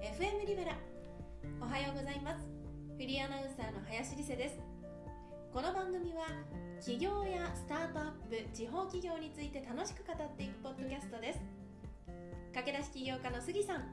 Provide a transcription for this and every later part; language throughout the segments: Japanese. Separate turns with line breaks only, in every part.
FM リベラおはようございますフリーアナウンサーの林理瀬ですこの番組は起業やスタートアップ地方企業について楽しく語っていくポッドキャストです駆け出し起業家の杉さん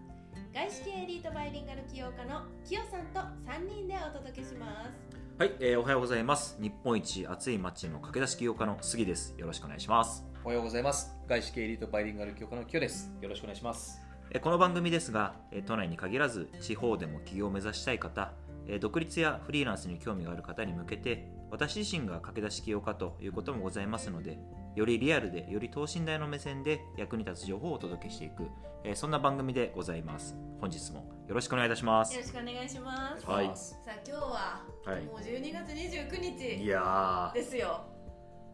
外資系エリートバイリンガル起業家のきよさんと3人でお届けします
はい、えーおはようございます。日本一暑い街の駆け出し起業家の杉です。よろしくお願いします。
おはようございます。外資系エリートバイリンガル教科のキヨです。よろしくお願いします。
えーこの番組ですが、えー都内に限らず地方でも起業を目指したい方、えー独立やフリーランスに興味がある方に向けて、私自身が駆け出し起業家ということもございますので、よりリアルで、より等身大の目線で役に立つ情報をお届けしていく、えーそんな番組でございます。本日もよろしくお願いいたします
よ。ろしくお願いします
はい
さあ今日は
はい
もう12月29日
いや
ですよ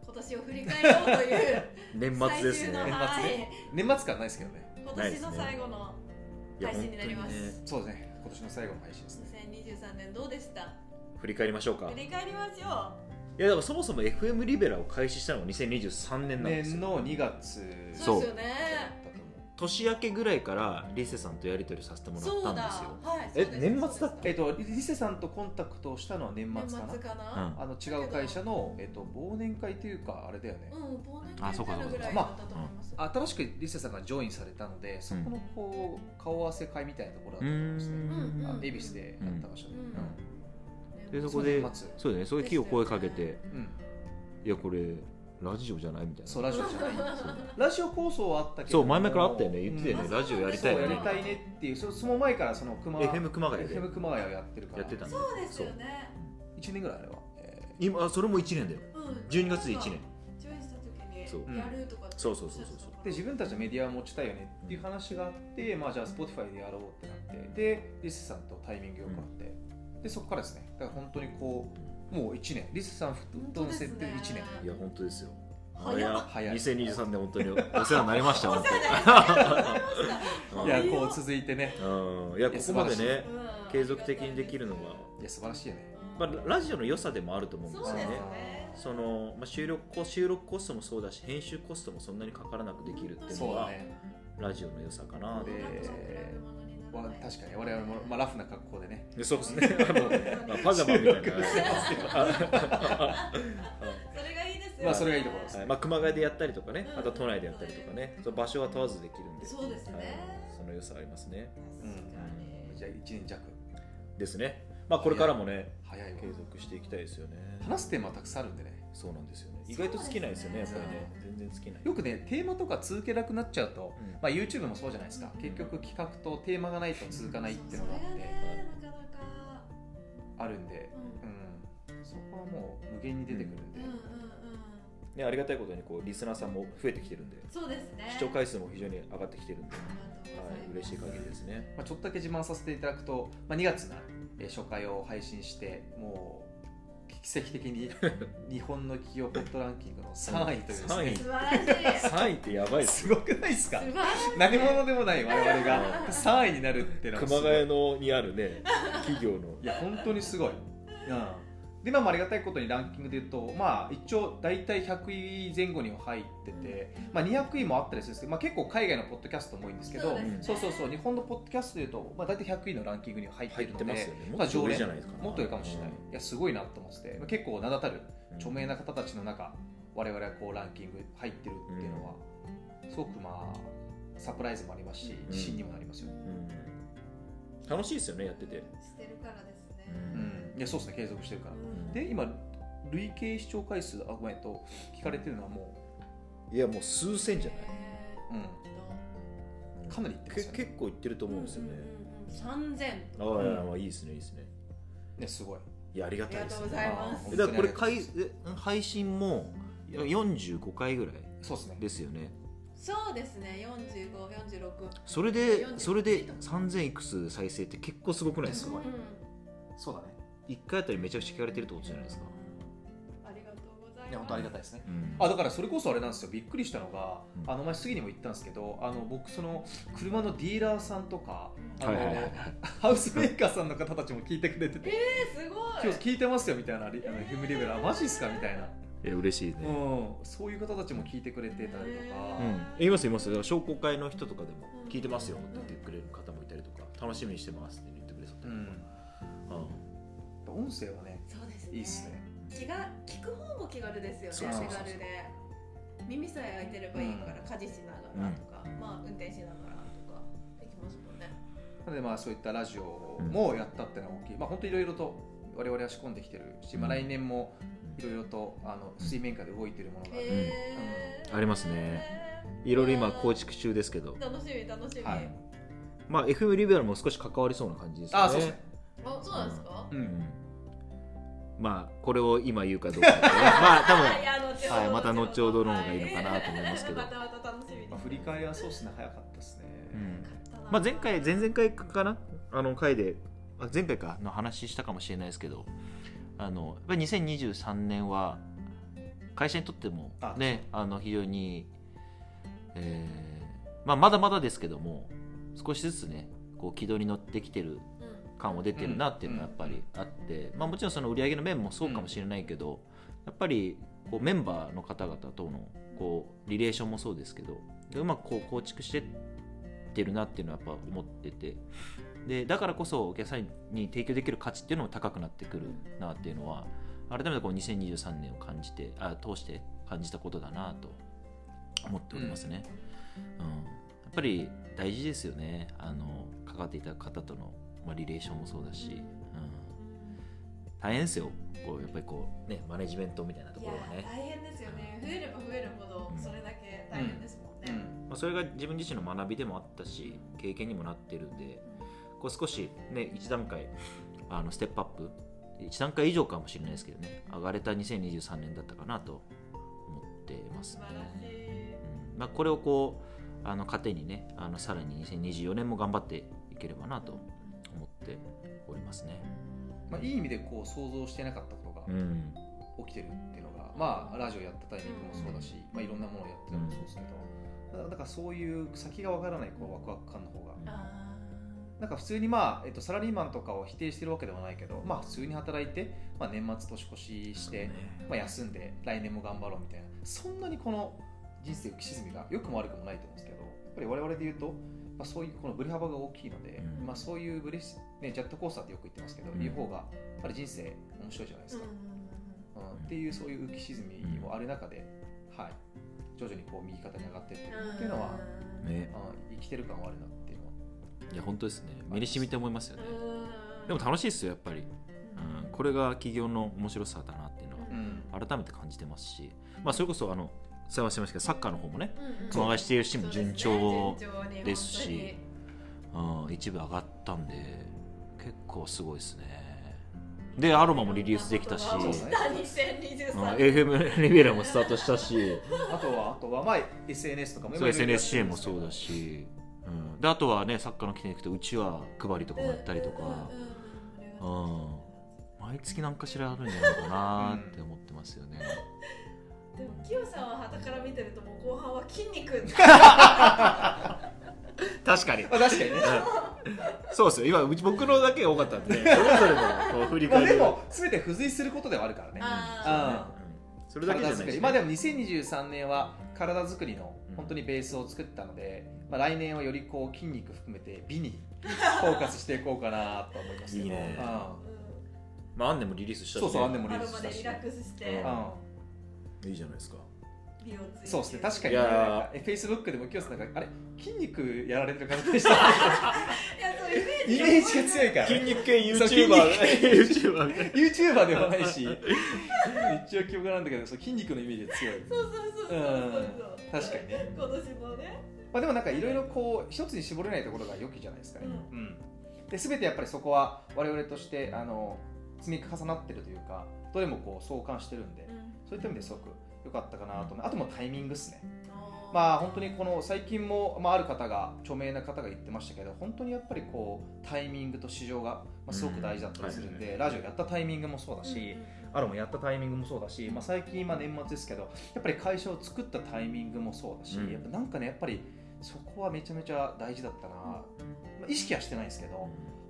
今年を振り返ろうという
ー、年末です
最終
ね
の。
年末
はい
ね年末感ないですけどね。
今
ないで
年
すね
の最後の配信になります、
ね、
そうですね。今年の最後の配信ですね。
2023年どうでした
振り返りましょうか。
振り返りましょ
いやだからそもそも FM リベラを開始したのが2023年なんです
年
よ
の2月
う
そ
そううですよね
年明けぐらいからリセさんとやり取りさせてもら
そうだ
ったんですよ
はい
え
そうです
年末だっ
えっと、リセさんとコンタクトをしたのは年
年
末
末
かな。
かな、
あの違う会社の、えっと、忘年会というか、あれだよね
うん、。忘年
あそう
会か
かそう
なぐ
か
らいだったと思います、
新しくリセさんがジョインされたので、そこのこう顔合わせ会みたいなところだっ
う
たと思うんですね。
ー
う
ん
ん
あ恵比寿でやった場所で。
う
うんん
でそ
年
こ
末
で
年末
そうだねそういう木を声かけて
うん。
いやこれラジオじゃないみたいな
そう、ラジオじゃない。ラジオ構想はあったけど。
そう前々からあったよね言ってたよ
う
ね
ん
ラジオやり
そ
た
う
いよ
や
ね
りたいねっていうそその前からその熊
FM 熊谷で
FM 熊谷をやってるから
やってたんだ
そうですよね
1年ぐらいあれは、え
今あそれも1年だよ
うん
12月で1
な
年
んかジョインした
そう
時にやるとかって
そうそうそうそうそう
ーで自分たちのメディアを持ちたいよねっていう話があって、まあ、じゃあ Spotify でやろうってなってでリスさんとタイミングよくあって、でそこからですねだから本当にこうもう1年リスさんとの設定1年
いや本当ですよ
早っ
いや
早い
2023年本当にお世話になり ました
お世
本
話になりう
当に
ん
いやこう続いてね
うんいやここまで
いや
ね
ましたうん
継続的にできるのが
いや素晴らしいよね
まあラジオの良さでもあると思うんです
そ
よ
うです
ね
ね
その、まあ、収録コ収録コストもそうだし編集コストもそんなにかからなくできるっていう
そ
の
うだ
が
ね
ラジオの良さかな
で
で
わ確かに我々も、まあ、ラフな格好でね
そうですねあのまあパジャマみたい
収録してますけど
な、
それがいいですよ、ね。
まあそれがいいところです
はいまあ、熊谷でやったりとかね
うん
あと都内でやったりとかねそう場所は問わずできるんで
そうですね
はいその良さありますね
確かに。
じゃあ1年弱
ですねまあこれからもね
早いわ
継続していきたいですよね
話すテーマはたくさんあるんでね
そうなんですよね意外と好きないですよねやっぱりね全然好きない
よくねテーマとか続けなくなっちゃうと、
うん
まあ、YouTube もそうじゃないですか結局企画とテーマがないと続かないっていうのがあって
そうそれがねなかなか。
あるんで、
う
うん、そこはもう無限に出てくるんで、
んうんうんうん。
ねありがたいことにこうリスナーさんも増えてきてるんで
そうですね。
視聴回数も非常に上がってきてるんで、は
ありがとうございます
い、嬉しい限りですね
まあ、ちょっとだけ自慢させていただくと、まあ、2月のえー初回を配信してもう奇跡的に日本の企業ポットランキングの3位というです
3
ね
位
素晴らしい。素
3位ってやばいです
すごくないですか
晴らしい。
何者でもない我々が3位になるってのは
熊
すごい
谷のにあるね企業の
いや本当にすごい、うん、で今もありがたいことにランキングで言うとまあ一応大体100位前後には入ってて、まあ、200位もあったりするんですけど、まあ、結構海外のポッドキャストも多いんですけど
そう
そう,、
ですね
そうそう日本のポッドキャストでいうと、まあ、大体100位のランキングには入って
入っ
るの
て
で
ますよねも
ま
っ
あ
と上
常連
じゃないですか
もっといるかもしれない、いやすごいなと思ってて、まあ、結構名だたる
うん
著名な方たちの中我々はこうランキング入ってるっていうのは、すごくまあサプライズもありますし
うん
自信にもなりますよ、
うん楽しいですよねやってて
してるからですね。
う
うん
いやそうですね継続してるから
うん
で今累計視聴回数あごめんえっと聞かれてるのはも
いやもう数千じゃない
えー
う、う
っ
ん、かなりいってます
け
よね
結構いってると
と
思うんですよね、
うんうんうん三千。
ああいや
うん
まあいいですねいいですね
ねすごい
いやありが
あり
たい
が
で
とう
す
ご
ね
ざいます。
えだからこれ回
本
え配信も45回ぐらい
そうですね
ですよね
そうですね。四十五、四十六。
それでそれで3000いくつ再生って結構すごくないですか
うん。
そうだね
1回あたりめちゃくちゃ聞かれてるってことじゃないですか、
ありがとうございます。
いや本当ありがたいですね
うん
あだからそれこそあれなんですよびっくりしたのが、
うん
あの前杉にも言ったんですけどあの僕その車のディーラーさんとかあの、
はいはいはい
ハウスメーカーさんの方たちも聞いてくれてて
えすご
「
い
今日聞いてますよ」みたいな「あの FM レベルあマジっすか?」みたいな、
え嬉しいね、
うん、そういう方たちも聞いてくれてたりとか、
うん、いますいますだから商工会の人とかでも聞いてますよって言ってくれる方もいたりとか楽しみにしてますって言ってくれそう
う
だ
ん
ね、
音声はね
そうですね
いいっすね
気が聞く方も気軽ですよね
そうそうそう
手軽で耳さえ開いてればいいから、
うん
家事しながらとか、まあ運転しながらとかできますもんね
なのでまあそういったラジオもやったってのは大きい、まあ本当いろいろと我々は仕込んできてるし、まあ、来年もいろいろとあの水面下で動いてるものがあ
へ
る、
え、
ありますねいろいろ今構築中ですけど、
楽しみ楽しみ、
はい
まあ、FM リベラルも少し関わりそうな感じですよね
あそうですね
あそうなんですか、
う
うんんまあこれを今言うかどうかですねまあ多分
いや後ほど
はいまた後ほどの方がいいのかなと思いますけど
はいまたまた楽しみに
まあ、振り返りはそうですね早かったですね、
うんま
ま
あ、前回前々回かなあの回であ前回かの話したかもしれないですけどあのやっぱり2023年は会社にとっても
あ
ねあの非常に、えーまあ、まだまだですけども少しずつねこう軌道に乗ってきてる感も出てるなっていうのはやっぱりあって、まあ、もちろんその売り上げの面もそうかもしれないけど、やっぱりこうメンバーの方々とのこうリレーションもそうですけどうまくこう構築してってるなっていうのはやっぱ思っててでだからこそお客さんに提供できる価値っていうのも高くなってくるなっていうのは改めてこう2023年を感じてあ通して感じたことだなと思っておりますね。うんやっぱり大事ですよねあの関わっていた方との、まあ、リレーションもそうだし、うん、大変ですよこうやっぱりこうねマネジメントみたいなと
い
こ
や
ろはね、
大変ですよね増えれば増えるほど
うん
それだけ大変ですもん
う
ね、
ん
まあ、それが自分自身の学びでもあったし経験にもなってるんでこう少しね一段階あのステップアップ一段階以上かもしれないですけどね上がれた2023年だったかなと思ってます
素
ね
晴。らしい
うんまあ、これをこうあの糧にねあのさらに2024年も頑張っていければなと思っておりますね。
まあ、いい意味でこう想像してなかったことが
うん、
起きてるっていうのが、まあ、ラジオやったタイミングもそうだし、まあ、いろんなものをやってたのもそうですけど、だだからそういう先がわからないこうワクワク感の方が
あ
なんか普通に、まあえっと、サラリーマンとかを否定してるわけではないけど、まあ、普通に働いて、まあ、年末年越しして、まあ、休んで来年も頑張ろうみたいなそんなにこの人生浮き沈みが良くも悪くもないと思うんですけどやっぱり我々で言うと、まあ、そういうこのブレ幅が大きいので、
うん
まあ、そういうブレス、ね、ジェットコースターってよく言ってますけど、
うん
いう方がやっぱり人生面白いじゃない
ー
ですか、
う
うんっていうそういう浮き沈みもある中で、はい、徐々にこう右肩に上がってってる
ん
っていうのは、
ね
うん、生きてる感はあるなっていうのはい
や本当ですね身に染みて思いますよね。
うん
でも楽しいですよやっぱり、うん、これが企業の面白さだなっていうの
う
は
ん
改めて感じてますし、まあ、それこそあの伝えましたけどサッカーの方もね
うんうん
熊谷 CFC も順調、
そうですね順調に
ですし
本当に
うん、一部上がったんで結構すごいですね。でアロマもリリースできたし、
そんな
う
こ
で
と
す
が
ね
起きた2023
うん FM レベルもスタートしたし。
あとはあとは、まあ、SNS とかも
そう
いろいろやってるんです
SNS
け
支
ど
援もそうだし、うん、であとはねサッカーの来ていくとうちわ配りとかもやったりとか、
うんうんうんうん
毎月なんかしらあるんじゃないかなって思ってますよね、
でもキヨさんは傍から見てるともう後半は筋肉
確かに
まあ、確かにね
そうですよ今うち僕のだけ多かったんでそれぞれのこう振り
まあ、
返
で
りが
も全て付随することではあるからね
あ
うんそれだけじゃない
体作
し
り
ね
まあでも2023年は体作りの
うん
本当にベースを作ったので、まあ、来年はよりこう筋肉含めて 美にフォーカスしていこうかなと思いますけど
いいね
うん
う
まあアンネもリリースしたしね
そうそうアンネ
ん
もリ
ア
リー
ロ
ス
マ
し
で
た
リラッ
し、
クスして
う
う
いいじゃないですか
美容追
ん、
求
そうですね確かに
い
ね
やー
なんかえフェイスブックでも今日なんかあれ筋肉やられてる感じでした
いやそうイメー
イ
ジ
メージが強
い
いから、
筋
ね、
肉系
そう筋肉
YouTuber ね YouTuber ね
YouTuber ではない し一応記憶なんだけどそう筋肉のイメージが強い
そうそうそうそうそうそう
確かにね
今年もね
まあ、でもなんかいろいろこう一つに絞れないところが良きじゃないですかね、
う
うんで全てやっぱりそこは我々としてあの積み重なってるというかどれもこう相関してるんで、そういった意味ですごく良かったかなと思うあともうタイミングですねまあ本当にこの最近も、まあ、ある方が著名な方が言ってましたけど本当にやっぱりこうタイミングと市場が、まあ、すごく大事だったりするんで、
うんはい
ラジオやったタイミングもそうだし、アロマやったタイミングもそうだし、まあ、最近、まあ、年末ですけどやっぱり会社を作ったタイミングもそうだし、
うん
やっぱなんかねやっぱりそこはめちゃめちゃ大事だったな、まあ、意識はしてないんですけど、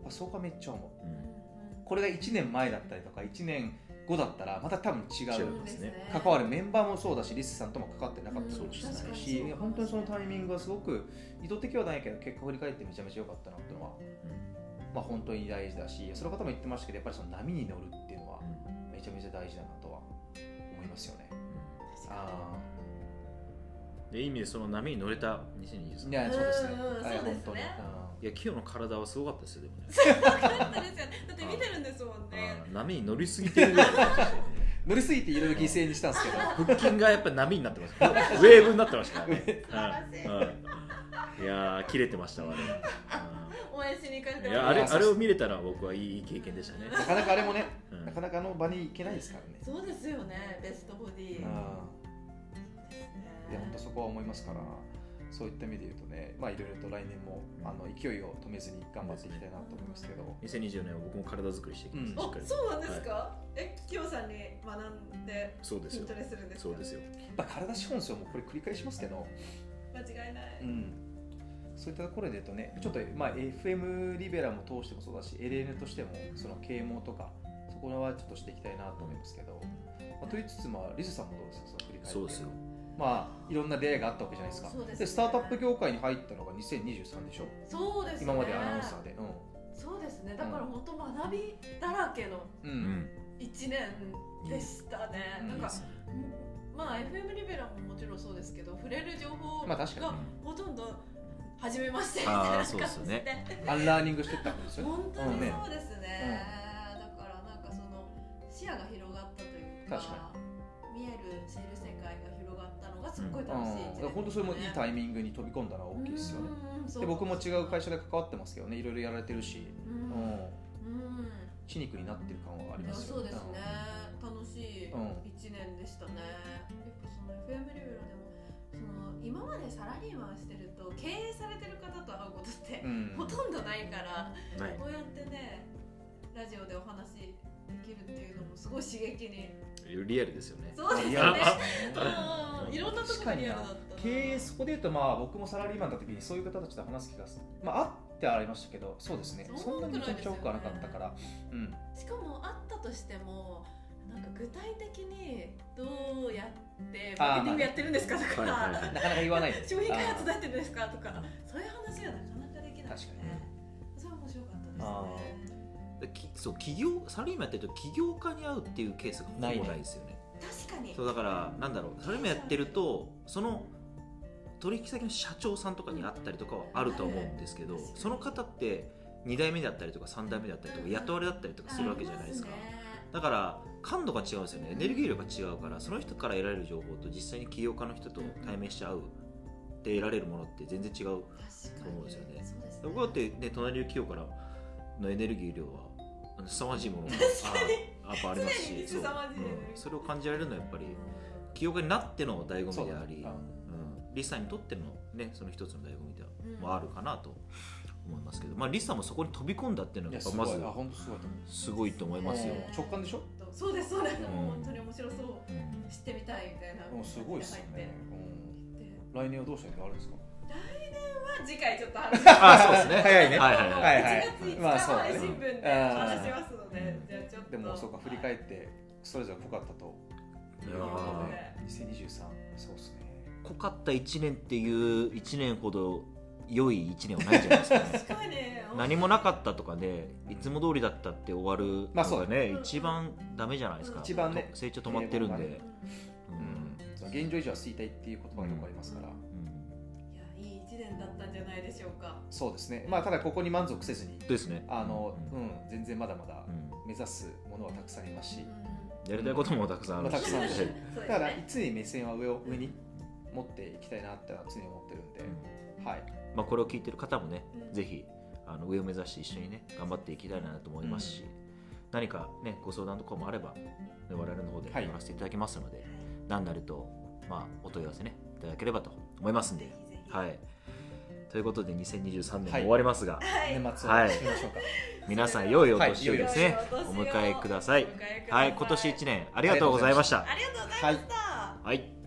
まあ、そこはめっちゃ思うこれが1年前だったりとか1年5だったらまた多分違
違う
う
ですね
関わるメンバーもそうだしリスさんとも関わってなかったかもしれな
うん
い
確
かに
し
そうかもしれない
本当にそのタイミングはすごく意図的はないけど結果振り返ってめちゃめちゃ良かったなっていうのは、まあ、本当に大事だしその方も言ってましたけどやっぱりその波に乗るっていうのはめちゃめちゃ大事だなとは思いますよね。
確かに
あ
でいい意味でその波に乗れた
ー
2023
い
いや
やそうですね。
うんうん
はい
そうですね
本当に
キヨの体はすごかったですよでもね
だったですよねだって見てるんですもんね
あー波に乗りすぎてるぐらいの感じでしたよね
うん乗りすぎていろいろ犠牲にしたん ですけど
腹筋がやっぱ波になってましたウェーブになってましたからね
素晴らしい
うんいやー切れてましたわあ
応援しに行かれ
れ
て
い
ま
や
す
あれあれを見れたら僕はいい経験でしたね、
なかなかあれもね
うん
なかなかあの場に行けないですからね。
そうですよねベストボディ
うんいや本当
ね
そこは思いますからそういった意味で言うとねまあいろいろと来年もあの勢いを止めずに頑張っていきたいなと思いますけど。
2020年は僕も体作りしていきます、
う
し
ん
っか
あ
り
そうなんですかえきよさんに学んで
そうです
筋ト
よ
レするんですか
そうですよ
まあ、体資本ですよ、もうこれ繰り返しますけど、
間違いない
うん、そういったところで言うとね、ちょっと、まあ、FM リベラも通してもそうだし、LN としても、その啓蒙とか、そこらはちょっとしていきたいなと思いますけど、まあ、と言いつつ、まあ、リズさんもどうですか、その振り返って
そうですよ
まあ、いろんな出会いがあったわけじゃないですか、
そうですね
スタートアップ業界に入ったのが2023でしょ、
そうですね
今までアナウンサーで。う
そうですねだから本当学びだらけの
ん、う
うんん
一年でしたね、
うん
なんかまあ FM リベラももちろんそうですけど触れる情報
まあ
が
確かに
ほとんど初めましてみたい
あー
な
そ
感
うです
じ
よ
で
ね
アンラーニングしてったんですよね。
本当に
うんね
そうですね、だからなんかその視野が広がったというか
確か
見える知る世界が広がったのがすっごい
うん、
楽しい一年でしたね、
本当それもいいタイミングに飛び込んだのは大きいですよね。で僕も違う会社で関わってますけどねいろいろやられてるし、
うん
う
うん
ん、血肉になってる感はあり
いや
ますよ
そうですね、楽しい
うん
一年でしたね、やっぱその FM レベルでもその今までサラリーマンしてると経営されてる方と会うことって
う、ん、
ほとんどないから、
ない
こうやってねラジオでお話できるっていうのもすごい刺激に
リアルですよね
そうです
リ
よ
アル
ね
です
うんいろんなとこがリアルだったな
経営そこで言うとまあ僕もサラリーマンだった時にそういう方たちと話す気がするまああってはありましたけどそうですねそ
そん
ん
な
な
多く
にめち
な
ゃ
いで
く
す
ち
よ
ゃ
ね
多くはなかったからうん
しかもあったとしてもなんか具体的にどうやってマーケティングやってるんですかとか、
はいはいはい
なかなか言わない
商品開発どう
だ
やってるんですかとかそういう話はなかなかできない
確かに
それは面白か
あ
ったですね
できそう起業サラリーマンやってると起業家に会うっていうケースがほぼないですよね
確かに
そうだからなんだろうサラリーマンやってるとその取引先の社長さんとかに会ったりとかはあると思うんですけど
うん確かに
その方って2代目だったりとか3代目だったりとか
うん
雇われだったりとかするわけじゃないですかだから感度が違うんですよねエネルギー量が違うからその人から得られる情報と実際に起業家の人と対面しちゃうで得られるものって全然違う
ありますね確か
と思うん
に
ですよね
そうですね
僕だってね隣の企業からのエネルギー量はあの凄まじいものがあやっぱあります
常に
し
凄まじいエネルギー
そううんそれを感じられるのはやっぱり起業家になっての醍醐味であり
そうだね
うん、リスさんにとってのねその一つの醍醐味で
うん
はあるかなと思いますけど、まあリスさんもそこに飛び込んだっていうの
い
が
や
やっ
す
ぱ
ご
ま
い
ず
あ本当すごいと思
すごいと思い
う
ますよ。
ね直感でしょ
そうですそうです、
うん
もう本当に面白そう
うん
知ってみたいみたいな
うんすごいですよ
入って
ね
で
うん来年はどうしたいのあるんですか
まあ次回ちょっと話し
あそうですね
早いね
はいはいはい
い はい
1月5
まあ
日
そうだね
配信分で話しますので、
うん
じゃあちょっと
でもそうか振り返ってそれぞれ濃かったと
いや
は
ー
い
2023そうですね
濃かった1年っていう1年ほど良い1年はないんじゃないですか、 ね、
確かにね
何もなかったとかねいつも通りだったって終わる
まあそう
のがね、
うん
一番ダメじゃないですか
一
番ね
と成長止まってるんで、
うん
うん
その現状維持は衰退っていう言葉がよくありますから、
うん
うん
いやいい一年だったんじゃないでしょうか
そうですねまあただここに満足せずに
ですね
あの、う
うんん
全然まだまだ
うん
目指すものはたくさんいますし、
やりたいこともたくさんあるし、
まあたくさんあるし
はい
そうですね
だからいつに目線は上を上に持っていきたいなってのは常に思ってるんで、はい
まあ、これを聞いてる方もね、
うん
ぜひあの上を目指して一緒にね頑張っていきたいなと思いますし、何かねご相談とかもあれば、ね、我々の方で
はい
やらせていただきますので、何なると、まあ、お問い合わせねいただければと思いますんで
ぜ。ひぜひ
はい、ということで2023年も
はい
終わりますが、
はい
年末を
はい
締めましょうか、
皆さん良いお年を
はい
ですね、
良いお
お
年を
迎えください
お迎えください
はい今年1年ありがとうございました
ありがとうございました、
はい